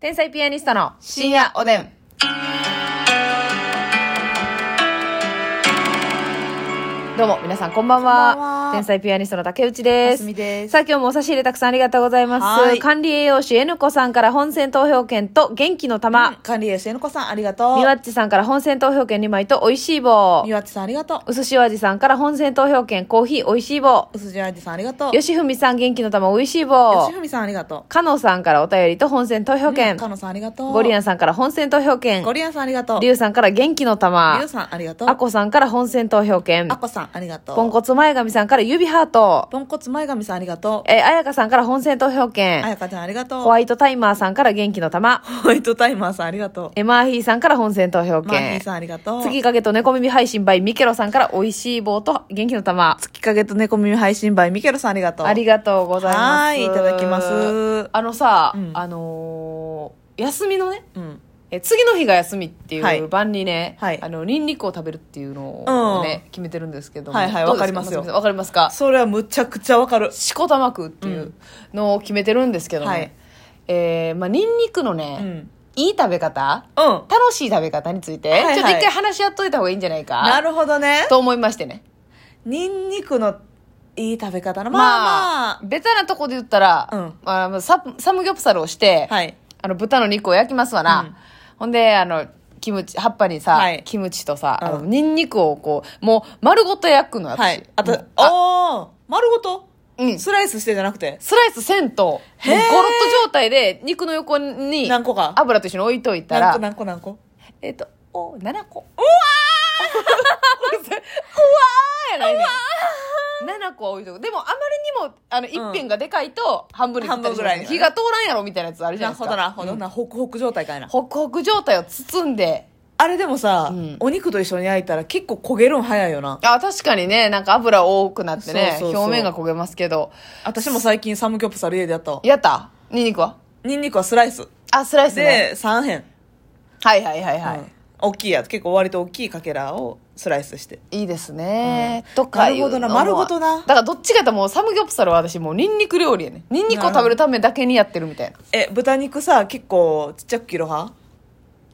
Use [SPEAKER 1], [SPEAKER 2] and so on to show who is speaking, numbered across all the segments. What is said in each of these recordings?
[SPEAKER 1] 天才ピアニストの
[SPEAKER 2] 深夜おでん。
[SPEAKER 1] どうも皆さんこんばん
[SPEAKER 2] こんばん
[SPEAKER 1] は
[SPEAKER 2] は
[SPEAKER 1] 天才ピアニストの竹内です
[SPEAKER 2] ますみです
[SPEAKER 1] さあ今日もお差し入れたくさんありがとうございます
[SPEAKER 2] はい
[SPEAKER 1] 管理栄養士 N 子さんから本選投票券と元気の玉、
[SPEAKER 2] 管理栄養士の子さん、ありがとう。
[SPEAKER 1] みわっちさんから本選投票券2枚と美味しい棒
[SPEAKER 2] みわっちさん、ありがとう。
[SPEAKER 1] うすしお味さんから本選投票券コーヒー美味しい棒
[SPEAKER 2] うすじあいじさん、ありがとう。
[SPEAKER 1] よ
[SPEAKER 2] し
[SPEAKER 1] しふみさん元気の玉美味しい棒
[SPEAKER 2] ふみさん、ありがと
[SPEAKER 1] かのさんからお便りと本選投票
[SPEAKER 2] う。
[SPEAKER 1] 券
[SPEAKER 2] かのさん、ありがとう。
[SPEAKER 1] ゴリア
[SPEAKER 2] ン。
[SPEAKER 1] ンさんから本選投票券
[SPEAKER 2] ゴリアンさん、ありがとう。
[SPEAKER 1] りゅうさんから元気の玉
[SPEAKER 2] りゅうさん、ありがとう。
[SPEAKER 1] あこさんから本選投票券
[SPEAKER 2] あこさん、ありがとう。
[SPEAKER 1] ポンコツ前髪さんから指ハート
[SPEAKER 2] ポンコツ前髪さん、ありがと
[SPEAKER 1] えー、あやかさんから本選投票
[SPEAKER 2] う。あ
[SPEAKER 1] 権。
[SPEAKER 2] やかちゃん、ありがとう。
[SPEAKER 1] ホワイトタイマーさんから元気の 玉。
[SPEAKER 2] ホワイトタイマーさん、ありがとう。
[SPEAKER 1] え、マーヒーさんから本選投票
[SPEAKER 2] マーヒ
[SPEAKER 1] 権
[SPEAKER 2] ー。さん、ありがとう。
[SPEAKER 1] 月影と猫耳配信 by ミケロさんから美味しい棒と元気の玉。
[SPEAKER 2] 月影と猫耳配信バイ、ミケロさん、ありがとう。
[SPEAKER 1] ありがとうございます。
[SPEAKER 2] はいいただきます
[SPEAKER 1] あのさ、
[SPEAKER 2] うん
[SPEAKER 1] あのー休みのね、
[SPEAKER 2] うん。
[SPEAKER 1] え次の日が休みって
[SPEAKER 2] はいいう
[SPEAKER 1] 晩にね、
[SPEAKER 2] はい
[SPEAKER 1] あのニンニクを食べるっていうのをね、決めてるんですけども
[SPEAKER 2] はいはい
[SPEAKER 1] どうです
[SPEAKER 2] わかりますよ
[SPEAKER 1] 松本さんわかりますか
[SPEAKER 2] それはむちゃくちゃわかる。
[SPEAKER 1] しこたまくっていうのを決めてるんですけどね、
[SPEAKER 2] はい
[SPEAKER 1] えーまあ、ニンニクのね、
[SPEAKER 2] うん。
[SPEAKER 1] いい食べ方
[SPEAKER 2] うん。
[SPEAKER 1] 楽しい食べ方について、
[SPEAKER 2] はいはい
[SPEAKER 1] ちょっと一回話し合っといた方がいいんじゃないか
[SPEAKER 2] なるほどね。
[SPEAKER 1] と思いましてね
[SPEAKER 2] ニンニクのいい食べ方な。まあま
[SPEAKER 1] ベタなとこで言ったら、
[SPEAKER 2] うん
[SPEAKER 1] まあまあ、ササムギョプサルをして、
[SPEAKER 2] あ。はい。
[SPEAKER 1] あの豚の肉を焼きますわな、
[SPEAKER 2] うん
[SPEAKER 1] ほんであのキムチ葉っぱにさ、
[SPEAKER 2] はい
[SPEAKER 1] キムチとさ、
[SPEAKER 2] うん
[SPEAKER 1] あのニンニクをこうもう丸ごと焼くの私、
[SPEAKER 2] はい。あ
[SPEAKER 1] も
[SPEAKER 2] と
[SPEAKER 1] う、あ
[SPEAKER 2] あー丸ごと
[SPEAKER 1] うん
[SPEAKER 2] スライスしてじゃなくて、
[SPEAKER 1] スライスせんともうゴロ
[SPEAKER 2] へー
[SPEAKER 1] ッと状態で肉の横に
[SPEAKER 2] 何個か
[SPEAKER 1] 油と一緒に置いといた
[SPEAKER 2] 何
[SPEAKER 1] ら
[SPEAKER 2] 個何個何個
[SPEAKER 1] えっ、と、お、7個。うわ ーうわーやないねん。7個は置いとく。でも、あまりにも、あの、
[SPEAKER 2] ん
[SPEAKER 1] 一辺がでかいと、半分に切ったりします
[SPEAKER 2] 半分ぐらいに
[SPEAKER 1] 火が通らんやろみたいなやつあるじゃ
[SPEAKER 2] な
[SPEAKER 1] ないです
[SPEAKER 2] るほ
[SPEAKER 1] か。
[SPEAKER 2] どなるほ
[SPEAKER 1] う
[SPEAKER 2] ど
[SPEAKER 1] ん
[SPEAKER 2] な、ホクホク状態かいな。
[SPEAKER 1] ホクホク状態を包んで、
[SPEAKER 2] あれでもさ、
[SPEAKER 1] うん
[SPEAKER 2] お肉と一緒に焼いたら結構焦げるん早いよな。
[SPEAKER 1] あ、確かにね、なんか油多くなってね、
[SPEAKER 2] そうそうそう
[SPEAKER 1] 表面が焦げますけど。
[SPEAKER 2] 私も最近サムギョプサル家でやったわ。
[SPEAKER 1] やったニンニクは
[SPEAKER 2] ニンニクはスライス。
[SPEAKER 1] あ、スライスね。
[SPEAKER 2] で、3辺。
[SPEAKER 1] はいはいはいはい。
[SPEAKER 2] うん大きいやつ。結構割と大きいかけらをスライスして。
[SPEAKER 1] いいですね、とかいうのも
[SPEAKER 2] なるほどな丸ごとな
[SPEAKER 1] だからどっちかやったらもうサムギョプサルは私もうニンニク料理やねニンニクを食べるためだけにやってるみたいな
[SPEAKER 2] え、豚肉さ、結構ちっちゃく切る派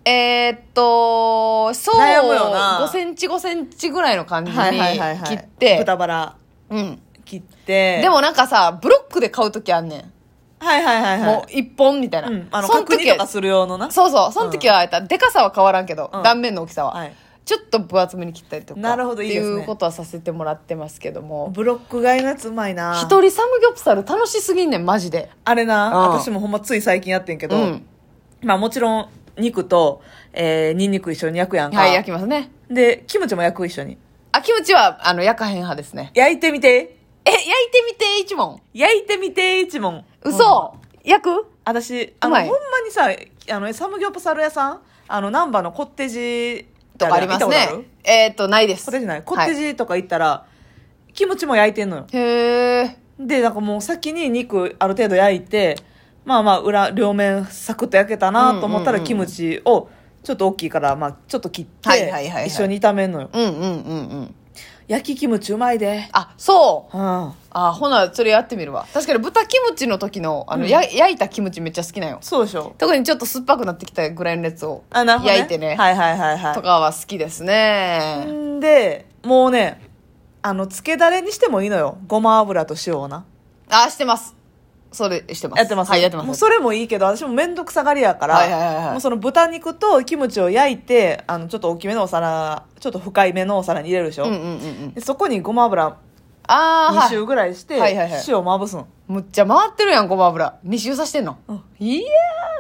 [SPEAKER 1] えー、っとそう
[SPEAKER 2] 悩むよな
[SPEAKER 1] 5センチ5センチぐらいの感じに切っ
[SPEAKER 2] はい
[SPEAKER 1] て
[SPEAKER 2] 豚バラ
[SPEAKER 1] うん
[SPEAKER 2] 切って。
[SPEAKER 1] でもなんかさブロックで買う時あんねん、
[SPEAKER 2] はいはいはいはい。
[SPEAKER 1] もう1本みたいな、
[SPEAKER 2] うん、あの、
[SPEAKER 1] その
[SPEAKER 2] 角煮
[SPEAKER 1] 時
[SPEAKER 2] とかする用のな。
[SPEAKER 1] そうそうその時はあえたでかさは変わらんけど、
[SPEAKER 2] うん
[SPEAKER 1] 断面の大きさは、
[SPEAKER 2] はい
[SPEAKER 1] ちょっと分厚めに切ったりとか
[SPEAKER 2] なるほどいいですね
[SPEAKER 1] っていうことはさせてもらってますけども
[SPEAKER 2] ブロック買いのやつうまいな。
[SPEAKER 1] 一人サムギョプサル楽しすぎんねんマジで
[SPEAKER 2] あれな、
[SPEAKER 1] うん
[SPEAKER 2] 私もほんまつい最近やってんけど、
[SPEAKER 1] うん
[SPEAKER 2] まあもちろん肉と、えー、ニンニク一緒に焼くやんか。
[SPEAKER 1] はい、焼きますね。
[SPEAKER 2] で、キムチも焼く一緒に。
[SPEAKER 1] あ、キムチは、あの、焼かへん派ですね。
[SPEAKER 2] 焼いてみて。
[SPEAKER 1] え、焼いてみて、一問。
[SPEAKER 2] 焼いてみて、一問。うん
[SPEAKER 1] 嘘、焼く
[SPEAKER 2] 私、あ
[SPEAKER 1] う
[SPEAKER 2] の、
[SPEAKER 1] ま
[SPEAKER 2] ほ
[SPEAKER 1] い
[SPEAKER 2] んまにさ、あの、サムギョプサル屋さん、あの、難波のコッテジ
[SPEAKER 1] とかあります
[SPEAKER 2] 行ったことあ
[SPEAKER 1] ね
[SPEAKER 2] る。
[SPEAKER 1] えっ、と、ないです。
[SPEAKER 2] コッテジない。コッテ
[SPEAKER 1] は
[SPEAKER 2] ジとか行ったら、キムチも焼いてんのよ。
[SPEAKER 1] いへー
[SPEAKER 2] で、なんかもう先に肉ある程度焼いて、まあまあ裏、両面サクッと焼けたなと思った
[SPEAKER 1] うんうんう
[SPEAKER 2] ら
[SPEAKER 1] ん
[SPEAKER 2] キムチを、ちょっと大きいから、まあちょっと切っ
[SPEAKER 1] はいはいはいは
[SPEAKER 2] て、
[SPEAKER 1] い
[SPEAKER 2] 一緒に炒めんのよ。
[SPEAKER 1] うんうんうんうん。
[SPEAKER 2] 焼きキムチうまいで。
[SPEAKER 1] あ、そう。
[SPEAKER 2] うん。
[SPEAKER 1] あ、ほな、それやってみるわ。確かに豚キムチの時の、あの、
[SPEAKER 2] うん
[SPEAKER 1] や焼いたキムチめっちゃ好きなんよ。
[SPEAKER 2] そうでしょ。
[SPEAKER 1] 特にちょっと酸っぱくなってきたぐらいのやつを
[SPEAKER 2] あ、なるほど、
[SPEAKER 1] 焼いてね。
[SPEAKER 2] はいはいはいはい。
[SPEAKER 1] とかは好きですね。
[SPEAKER 2] んで、もうね、あの、漬けだれにしてもいいのよ。ごま油と塩をな。
[SPEAKER 1] あ、してます。それ、してます。
[SPEAKER 2] やってます。
[SPEAKER 1] はい、やってま
[SPEAKER 2] もう
[SPEAKER 1] す。
[SPEAKER 2] それもいいけど、私もめんどくさがりやから、
[SPEAKER 1] はいはいはいはい
[SPEAKER 2] もうその豚肉とキムチを焼いて、あの、ちょっと大きめのお皿、ちょっと深いめのお皿に入れるでしょ。
[SPEAKER 1] うんうんうんうん。
[SPEAKER 2] でそこにごま油
[SPEAKER 1] あー、
[SPEAKER 2] 2
[SPEAKER 1] はい。
[SPEAKER 2] 周ぐらいして、
[SPEAKER 1] はいはいはい
[SPEAKER 2] 塩まぶすの、
[SPEAKER 1] むっちゃ回ってるやん、ごま油。二周さしてんの。
[SPEAKER 2] うん
[SPEAKER 1] いや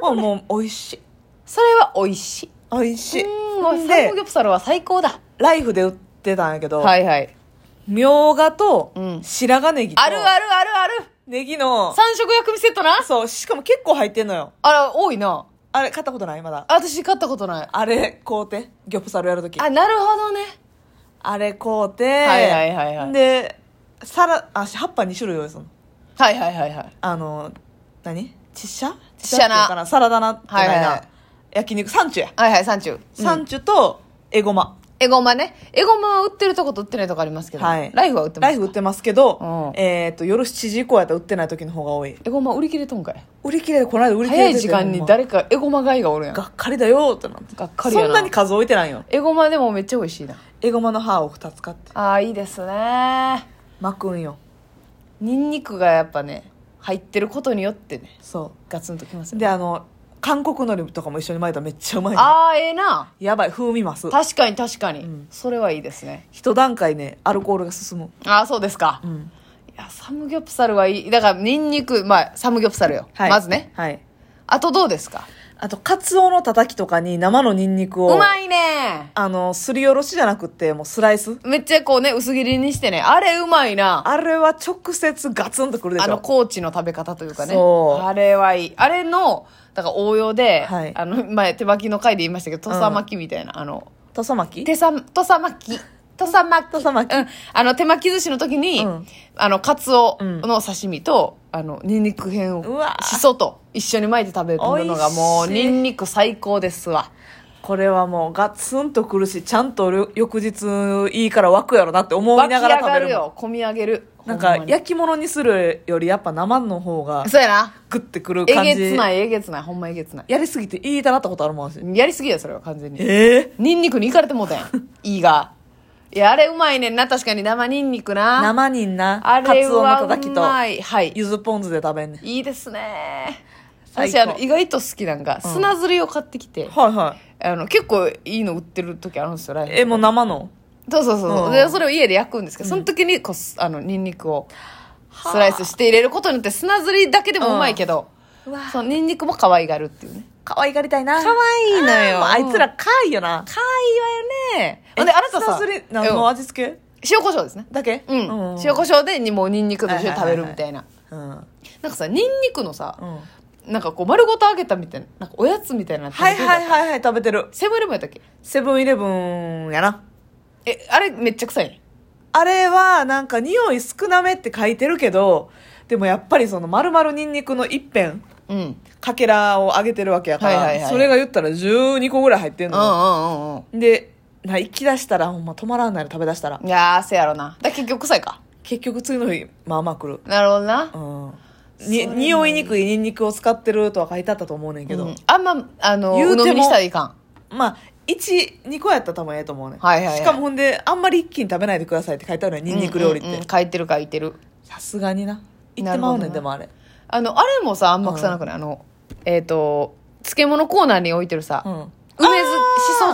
[SPEAKER 2] もうもう美味しい
[SPEAKER 1] それは美味しい。
[SPEAKER 2] 美味しい
[SPEAKER 1] うん、もうサ
[SPEAKER 2] で
[SPEAKER 1] ムギョプサルは最高だ。
[SPEAKER 2] ライフで売ってたんやけど、
[SPEAKER 1] はいはい。
[SPEAKER 2] みょうがと
[SPEAKER 1] うん
[SPEAKER 2] 白髪ネギと
[SPEAKER 1] あるあるあるある。
[SPEAKER 2] ネギの
[SPEAKER 1] 三色薬味セットな。
[SPEAKER 2] そうしかも結構入ってんのよ
[SPEAKER 1] あら、多いな。
[SPEAKER 2] あれ買ったことないまだ
[SPEAKER 1] あ私買ったことない。
[SPEAKER 2] あれ買うてギョプサルやるときあ
[SPEAKER 1] あ、なるほどね。
[SPEAKER 2] れ買うて
[SPEAKER 1] はいはいはいはい
[SPEAKER 2] でさらあ葉っぱ2種類用意するの
[SPEAKER 1] はいはいはいはい。
[SPEAKER 2] あの何ちっしゃ
[SPEAKER 1] ちっしゃな
[SPEAKER 2] っていうかサラダなってないな、
[SPEAKER 1] はいはいはい
[SPEAKER 2] 焼肉サンチュや
[SPEAKER 1] はいはい、三中。
[SPEAKER 2] サンチュとエゴマ、
[SPEAKER 1] エゴマねエゴマは売ってるとこと売ってないとこありますけど、
[SPEAKER 2] はい
[SPEAKER 1] ライフは売ってま
[SPEAKER 2] ラ
[SPEAKER 1] す
[SPEAKER 2] イフ売ってますけど、
[SPEAKER 1] うん
[SPEAKER 2] えっ、と、夜7時以降やったら売ってない時の方が多い。
[SPEAKER 1] エゴマ売り切れとんかい
[SPEAKER 2] 売り切れで、この間売り切れ
[SPEAKER 1] 早
[SPEAKER 2] て
[SPEAKER 1] い
[SPEAKER 2] て
[SPEAKER 1] 時間に
[SPEAKER 2] ほんま
[SPEAKER 1] 誰かエゴマ買いがおるやん
[SPEAKER 2] がっかりだよってなって。
[SPEAKER 1] がっかりやな
[SPEAKER 2] そんなに数置いてないよ。
[SPEAKER 1] エゴマでもめっちゃ美味しいな
[SPEAKER 2] エゴマの歯を2つ買って。
[SPEAKER 1] ああいいですね
[SPEAKER 2] 巻くんよ。
[SPEAKER 1] ニンニクがやっぱね入ってることによってね
[SPEAKER 2] そ
[SPEAKER 1] ガツンときます
[SPEAKER 2] う。
[SPEAKER 1] ね
[SPEAKER 2] で、あの、韓国海苔とかも一緒に巻いたらめっちゃうまいの。
[SPEAKER 1] ああええな
[SPEAKER 2] やばい、風味ます。
[SPEAKER 1] 確かに確かに、
[SPEAKER 2] ん
[SPEAKER 1] それはいいですね
[SPEAKER 2] 一段階ね、アルコールが進む。
[SPEAKER 1] ああそうですか、い
[SPEAKER 2] ん。
[SPEAKER 1] やサムギョプサルはいいだからニンニクまあサムギョプサルよ、
[SPEAKER 2] はい。
[SPEAKER 1] まずね。
[SPEAKER 2] はい。
[SPEAKER 1] あとどうですか
[SPEAKER 2] あと、カツオのたたきとかに生のニンニクを。
[SPEAKER 1] うまいね
[SPEAKER 2] あの、すりおろしじゃなくて、もうスライス。
[SPEAKER 1] めっちゃこうね薄切りにしてねあれうまいな
[SPEAKER 2] あれは直接ガツンとくるでしょ。
[SPEAKER 1] あの高知の食べ方というかね
[SPEAKER 2] そう
[SPEAKER 1] あれはいいあれのだから応用で、
[SPEAKER 2] はい
[SPEAKER 1] あの前手巻きの回で言いましたけど土佐巻きみたいな、あの
[SPEAKER 2] 土佐巻き
[SPEAKER 1] 手さ土佐巻き土佐巻き
[SPEAKER 2] 土佐巻き
[SPEAKER 1] うん、あの手巻き寿司の時に、
[SPEAKER 2] うん
[SPEAKER 1] あのカツオ
[SPEAKER 2] うん
[SPEAKER 1] の刺身と、あのニンニク片を
[SPEAKER 2] うわ
[SPEAKER 1] しそと一緒に巻いて食べるのがもう
[SPEAKER 2] 美味し
[SPEAKER 1] ニ
[SPEAKER 2] い
[SPEAKER 1] ンニク最高ですわ
[SPEAKER 2] これはもうガツンとくるし、ちゃんと翌翌日いいから湧くやろなって思い
[SPEAKER 1] 湧き
[SPEAKER 2] な
[SPEAKER 1] 上
[SPEAKER 2] がら食
[SPEAKER 1] が
[SPEAKER 2] べる
[SPEAKER 1] る
[SPEAKER 2] もん
[SPEAKER 1] よ込み上げる
[SPEAKER 2] なん
[SPEAKER 1] ほ
[SPEAKER 2] か
[SPEAKER 1] まに
[SPEAKER 2] 焼き物にするよりやっぱ生の方が
[SPEAKER 1] そうやな
[SPEAKER 2] グッてくる感じ。
[SPEAKER 1] えげつないえげつないほんまえげつない
[SPEAKER 2] やりすぎていいたなったことあるもん私。
[SPEAKER 1] やりすぎやそれは完全に
[SPEAKER 2] ええ
[SPEAKER 1] ニンニクにいかれてもうたや んいいがいやあれうまいねんな確かに生ニンニクな
[SPEAKER 2] 生にんな。
[SPEAKER 1] あ
[SPEAKER 2] カ
[SPEAKER 1] れ
[SPEAKER 2] ツオの
[SPEAKER 1] は
[SPEAKER 2] たたき
[SPEAKER 1] う
[SPEAKER 2] と、
[SPEAKER 1] まいはい
[SPEAKER 2] ゆずポン酢で食べんねん。
[SPEAKER 1] いいですね
[SPEAKER 2] 最
[SPEAKER 1] 私
[SPEAKER 2] 高
[SPEAKER 1] あの意外と好きなんか砂ずりを買ってきて、
[SPEAKER 2] はいはい。
[SPEAKER 1] あの結構いいの売ってる時あるんですよライ
[SPEAKER 2] え、
[SPEAKER 1] ブ
[SPEAKER 2] もう生の
[SPEAKER 1] そうそうそう、
[SPEAKER 2] うん
[SPEAKER 1] でそれを家で焼くんですけどその時にこうすあのニンニクをスライスして入れることによって砂ずりだけでもうまいけど、
[SPEAKER 2] うんうわ
[SPEAKER 1] そのニンニクも可愛がるっていうね
[SPEAKER 2] 可愛がりたいな。
[SPEAKER 1] 可愛いのよ
[SPEAKER 2] あーもうあいつら可愛いよな。
[SPEAKER 1] 可愛いわよねほんであなたさ
[SPEAKER 2] 砂すり、
[SPEAKER 1] う
[SPEAKER 2] 何
[SPEAKER 1] ん
[SPEAKER 2] の味付け
[SPEAKER 1] 塩コショウですね
[SPEAKER 2] だけ
[SPEAKER 1] うん、塩コショウでにもうニンニクと一緒に食べるみたいな、
[SPEAKER 2] うん。
[SPEAKER 1] なんかさニンニクのさ
[SPEAKER 2] う、ん。
[SPEAKER 1] なんかこう丸ごと揚げたみたいななんかおやつみたいなの食べ
[SPEAKER 2] はい
[SPEAKER 1] てる
[SPEAKER 2] はいはいはい、食べてる。
[SPEAKER 1] セブンイレブンやったっけ
[SPEAKER 2] セブンイレブンやな。
[SPEAKER 1] えあれめっちゃ臭い
[SPEAKER 2] あれは、なんか匂い少なめって書いてるけど、でもやっぱりその丸々ニンニクの一
[SPEAKER 1] う
[SPEAKER 2] 片、
[SPEAKER 1] んうん
[SPEAKER 2] かけらを揚げてるわけやから、
[SPEAKER 1] はいはいはい
[SPEAKER 2] それが言ったら12個ぐらい入ってん
[SPEAKER 1] う
[SPEAKER 2] のよ。
[SPEAKER 1] んうんうん
[SPEAKER 2] で、な、行き出したらほんま止まらんないの食べ出したら。
[SPEAKER 1] いやーせやろなだから結局臭いか
[SPEAKER 2] 結局次の日、まあまあ来る。
[SPEAKER 1] なるほどな、
[SPEAKER 2] うん。
[SPEAKER 1] それ
[SPEAKER 2] に、
[SPEAKER 1] も
[SPEAKER 2] 匂いにくいニンニクを使ってるとは書いてあったと思うねんけど。
[SPEAKER 1] うんあんまあの
[SPEAKER 2] 言
[SPEAKER 1] う
[SPEAKER 2] うても
[SPEAKER 1] のみにしたらいかん
[SPEAKER 2] まあ、1、2個やったら多分ええと思うねん。
[SPEAKER 1] はいはいはい
[SPEAKER 2] しかもほんで、あんまり一気に食べないでくださいって書いてあるねん、ニンニク料理っ
[SPEAKER 1] うんうんう
[SPEAKER 2] て
[SPEAKER 1] ん。書いてる書いてる
[SPEAKER 2] さすがにな。行ってまうね
[SPEAKER 1] なるほど
[SPEAKER 2] ん、
[SPEAKER 1] な
[SPEAKER 2] でもあれ。
[SPEAKER 1] あのあれもさあんま臭なくない、あのえっ、と漬物コーナーに置いてるさ、
[SPEAKER 2] うん。
[SPEAKER 1] 梅
[SPEAKER 2] あ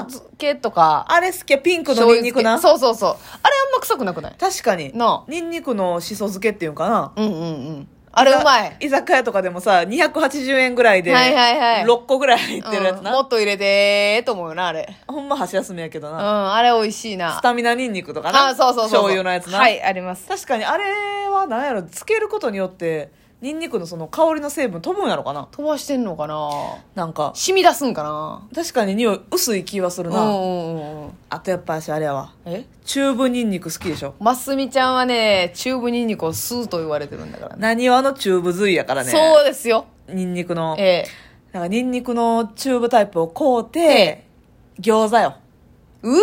[SPEAKER 2] ー
[SPEAKER 1] 酢しそ漬けとか
[SPEAKER 2] あれ好きや、ピンクの
[SPEAKER 1] 醤
[SPEAKER 2] ニ
[SPEAKER 1] 油
[SPEAKER 2] ンニ
[SPEAKER 1] 漬
[SPEAKER 2] ク
[SPEAKER 1] け
[SPEAKER 2] な。
[SPEAKER 1] そうそうそうあれあんま臭くなくない
[SPEAKER 2] 確かに。
[SPEAKER 1] なあ
[SPEAKER 2] ニンニクのしそ漬けっていうんかな。
[SPEAKER 1] うんうんうんあれうまい
[SPEAKER 2] 居酒屋とかでもさ、280円ぐらいで、
[SPEAKER 1] はいはいはい
[SPEAKER 2] 6個ぐらい入ってるやつ
[SPEAKER 1] うん
[SPEAKER 2] な。
[SPEAKER 1] もっと入れてーと思うよなあれ
[SPEAKER 2] ほんま箸休みやけど
[SPEAKER 1] うん
[SPEAKER 2] な。
[SPEAKER 1] あれ美味しいな
[SPEAKER 2] スタミナニンニクとかな。
[SPEAKER 1] あそうそうそうそう
[SPEAKER 2] 醤油のやつな。
[SPEAKER 1] はいあります
[SPEAKER 2] 確かにあれは何やろ、漬けることによって、ニンニクのその香りの成分飛ぶんやろかな。
[SPEAKER 1] 飛ばしてんのかな
[SPEAKER 2] なんか。
[SPEAKER 1] 染み出すんかな
[SPEAKER 2] 確かに匂い薄い気はする
[SPEAKER 1] う
[SPEAKER 2] な、
[SPEAKER 1] んうんうんうん
[SPEAKER 2] あとやっぱ私あれやわ
[SPEAKER 1] え
[SPEAKER 2] チューブニンニク好きでしょ
[SPEAKER 1] マスミちゃんはねチューブニンニクを吸うと言われてるんだからね
[SPEAKER 2] なにわのチューブ髄やからね
[SPEAKER 1] そうですよ
[SPEAKER 2] ニンニクの
[SPEAKER 1] ええ
[SPEAKER 2] なんかニンニクのチューブタイプを買うて、餃子よ
[SPEAKER 1] うえ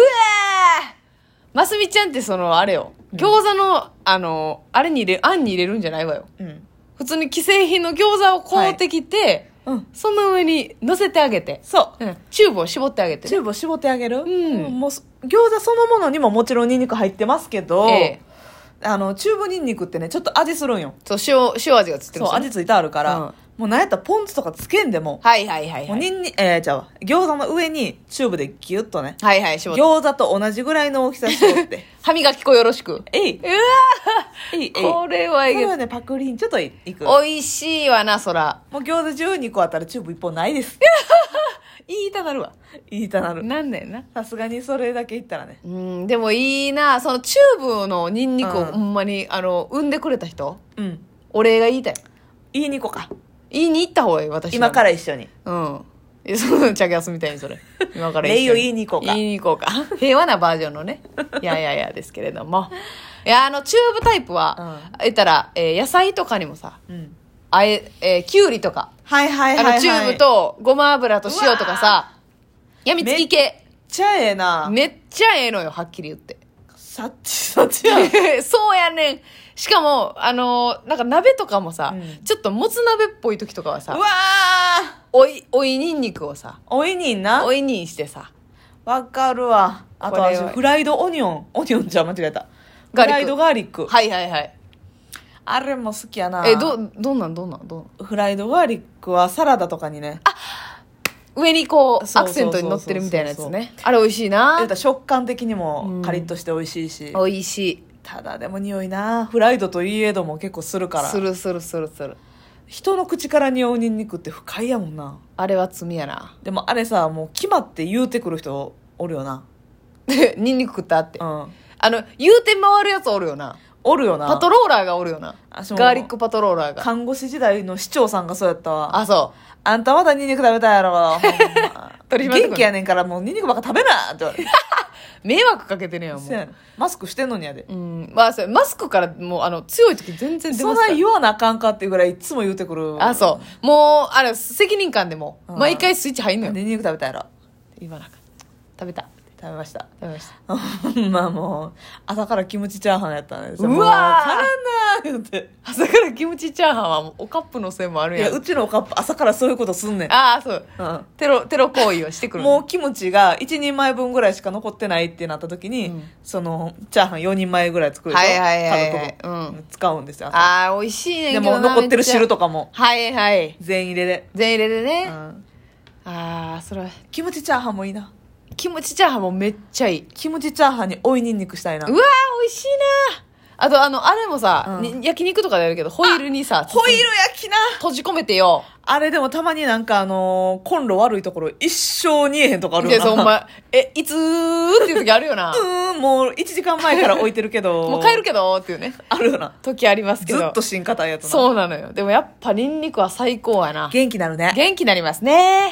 [SPEAKER 1] マスミちゃんってそのあれよ餃子の、あのあれに入れあんに入れるんじゃないわよ
[SPEAKER 2] うん、
[SPEAKER 1] 普通に既製品の餃子を買うてきて、
[SPEAKER 2] うん、
[SPEAKER 1] その上に乗せてあげて
[SPEAKER 2] そ
[SPEAKER 1] うんチューブを絞ってあげ
[SPEAKER 2] う
[SPEAKER 1] て
[SPEAKER 2] チューブを絞ってあげる、
[SPEAKER 1] ん
[SPEAKER 2] もうそ餃子そのものにももちろんニンニク入ってますけど、
[SPEAKER 1] ええ
[SPEAKER 2] あのチューブニンニクってねちょっと味するんよ
[SPEAKER 1] そう塩塩味がついて
[SPEAKER 2] そ
[SPEAKER 1] ま
[SPEAKER 2] う
[SPEAKER 1] すよね
[SPEAKER 2] 味ついてあるから、
[SPEAKER 1] うん
[SPEAKER 2] もうなんやったらポン酢とかつけんでも,、
[SPEAKER 1] はいはいはいは
[SPEAKER 2] もう
[SPEAKER 1] い
[SPEAKER 2] ニンニえー、じゃあ餃子の上にチューブでギュッとね
[SPEAKER 1] はいはい絞って
[SPEAKER 2] 餃子と同じぐらいの大きさしよう って。
[SPEAKER 1] 歯磨き粉よろしく
[SPEAKER 2] えいう
[SPEAKER 1] わ
[SPEAKER 2] えいえい。
[SPEAKER 1] これはえ
[SPEAKER 2] れ
[SPEAKER 1] げ
[SPEAKER 2] はね、パクリンちょっといく。も
[SPEAKER 1] 美味しいわなそら
[SPEAKER 2] う餃子12個あったらチューブ1本な いです。
[SPEAKER 1] いいたなるわ
[SPEAKER 2] いいた なる。
[SPEAKER 1] なんだよな
[SPEAKER 2] さすがにそれだけいったらね。
[SPEAKER 1] うんでもいいなそのチューブのニンニクを
[SPEAKER 2] うん
[SPEAKER 1] ほんまに、あの産んでくれた人
[SPEAKER 2] うん。
[SPEAKER 1] お礼が言いたい
[SPEAKER 2] いい2個か。
[SPEAKER 1] 言いに行った方がいい私
[SPEAKER 2] 今からら一緒に。
[SPEAKER 1] うんえそのチャゲアスみたいに それ今から
[SPEAKER 2] 礼を言いに行こうか
[SPEAKER 1] 言いに行こうか 平和なバージョンのねいやいやいやですけれどもいやあのチューブタイプは、言ったら、えー野菜とかにもさ
[SPEAKER 2] うん。
[SPEAKER 1] あえ、えー、きゅうりとか
[SPEAKER 2] はいはいは
[SPEAKER 1] あ
[SPEAKER 2] い、はい。
[SPEAKER 1] のチューブ。とごま油と塩とかさやみつき系
[SPEAKER 2] ちゃええな。
[SPEAKER 1] めっちゃええのよはっきり言って
[SPEAKER 2] さっちさっちやん
[SPEAKER 1] そうやねんしかもあのーなんか鍋とかもさ、
[SPEAKER 2] うん
[SPEAKER 1] ちょっともつ鍋っぽい時とかは
[SPEAKER 2] う
[SPEAKER 1] さ
[SPEAKER 2] わー
[SPEAKER 1] おいおいにんにくをさ
[SPEAKER 2] おいにんな
[SPEAKER 1] おいにんしてさ
[SPEAKER 2] わかるわあと
[SPEAKER 1] これ
[SPEAKER 2] 私
[SPEAKER 1] は
[SPEAKER 2] フライドオニオンオニオンじゃ間違えたフ
[SPEAKER 1] ガーリック
[SPEAKER 2] ライドガーリック
[SPEAKER 1] はいはいはい
[SPEAKER 2] あれも好きやな
[SPEAKER 1] えどどんなんどんなんどんなん
[SPEAKER 2] フライドガーリックはサラダとかにね
[SPEAKER 1] 上にこう
[SPEAKER 2] そう
[SPEAKER 1] ア
[SPEAKER 2] そうそうそう
[SPEAKER 1] クセントに乗ってるみたいなやつねあれ美味しい
[SPEAKER 2] 言う
[SPEAKER 1] な
[SPEAKER 2] たら食感的に
[SPEAKER 1] う
[SPEAKER 2] も
[SPEAKER 1] ん
[SPEAKER 2] カリッとして美味しいし、
[SPEAKER 1] 美味しい
[SPEAKER 2] ただでも匂いなフライドといえども結構するから
[SPEAKER 1] するするするする
[SPEAKER 2] 人の口から匂うニンニクって不快やもんな
[SPEAKER 1] あれは罪やな
[SPEAKER 2] でもあれさもう決まって言うてくる人おるよな
[SPEAKER 1] ニンニク食ったって
[SPEAKER 2] うん
[SPEAKER 1] あの言うて回るやつおるよな
[SPEAKER 2] おるよな
[SPEAKER 1] パトローラーがおるよな
[SPEAKER 2] あそう
[SPEAKER 1] ガーリックパトローラーが
[SPEAKER 2] 看護師時代の市長さんがそうやったわあ
[SPEAKER 1] あそ
[SPEAKER 2] んたまだニンニク食べたやろ、 ほんま
[SPEAKER 1] 取り締まってくる
[SPEAKER 2] 元気やねんからもうニンニクばっか食べなって言われて
[SPEAKER 1] う迷惑かけてるやんも
[SPEAKER 2] そうや
[SPEAKER 1] う
[SPEAKER 2] ねんマスクしてんのにやで
[SPEAKER 1] うんまあそうマスクからもうあの強い時全然出
[SPEAKER 2] そ
[SPEAKER 1] ま
[SPEAKER 2] ん
[SPEAKER 1] すか
[SPEAKER 2] な
[SPEAKER 1] ら
[SPEAKER 2] 言わなあかんかっていうぐらいいつも言うてくる
[SPEAKER 1] あそうもうあれ責任感でもう
[SPEAKER 2] うん
[SPEAKER 1] 毎回スイッチ入んのよ
[SPEAKER 2] ニンニク食べたやろ
[SPEAKER 1] 言わなあかん食べた
[SPEAKER 2] 食べました
[SPEAKER 1] 食べました
[SPEAKER 2] まあもう朝からキムチチャーハンやったんですよ
[SPEAKER 1] うわー
[SPEAKER 2] もう足らんなー言うて
[SPEAKER 1] 朝からキムチチャーハンはもうおカップのせいもある
[SPEAKER 2] い
[SPEAKER 1] や
[SPEAKER 2] や
[SPEAKER 1] ん
[SPEAKER 2] うちのおかっぱ朝からそういうことすんねん
[SPEAKER 1] ああそう
[SPEAKER 2] うん
[SPEAKER 1] テロテロ行為をしてくる
[SPEAKER 2] もうキムチが1人前分ぐらいしか残ってないってなった時に、
[SPEAKER 1] うん
[SPEAKER 2] そのチャーハン4人前ぐらい作るでしょ
[SPEAKER 1] はいはいはいはい
[SPEAKER 2] 家族分使うんですよ朝
[SPEAKER 1] ああ美味しいねんけ
[SPEAKER 2] で
[SPEAKER 1] どな
[SPEAKER 2] も残ってる汁
[SPEAKER 1] めっち
[SPEAKER 2] とかも
[SPEAKER 1] ゃはいはい
[SPEAKER 2] 全員入れで、
[SPEAKER 1] 全入れでね、
[SPEAKER 2] うん
[SPEAKER 1] ああそれは
[SPEAKER 2] キムチチャーハンもいいな
[SPEAKER 1] キムチチャーハンもめっちゃいい
[SPEAKER 2] キムチチャーハンに追いニンニクしたいな
[SPEAKER 1] うわー美味しいなあとあのあれもさ、
[SPEAKER 2] うん
[SPEAKER 1] に焼肉とかでやるけどホイールにさ
[SPEAKER 2] ホイール焼きな
[SPEAKER 1] 閉じ込めてよ
[SPEAKER 2] あれでもたまになんかあのーコンロ悪いところ一生煮えへんとかある
[SPEAKER 1] で
[SPEAKER 2] よな
[SPEAKER 1] そうお前えいつーっていう時あるよな
[SPEAKER 2] うーんもう1時間前から置いてるけど
[SPEAKER 1] もう帰るけどっていうね
[SPEAKER 2] あるよな
[SPEAKER 1] 時ありますけ
[SPEAKER 2] ず
[SPEAKER 1] ど
[SPEAKER 2] っと新型やつな
[SPEAKER 1] そうなのよでもやっぱニンニクは最高やな
[SPEAKER 2] 元気なるね
[SPEAKER 1] 元気になりますね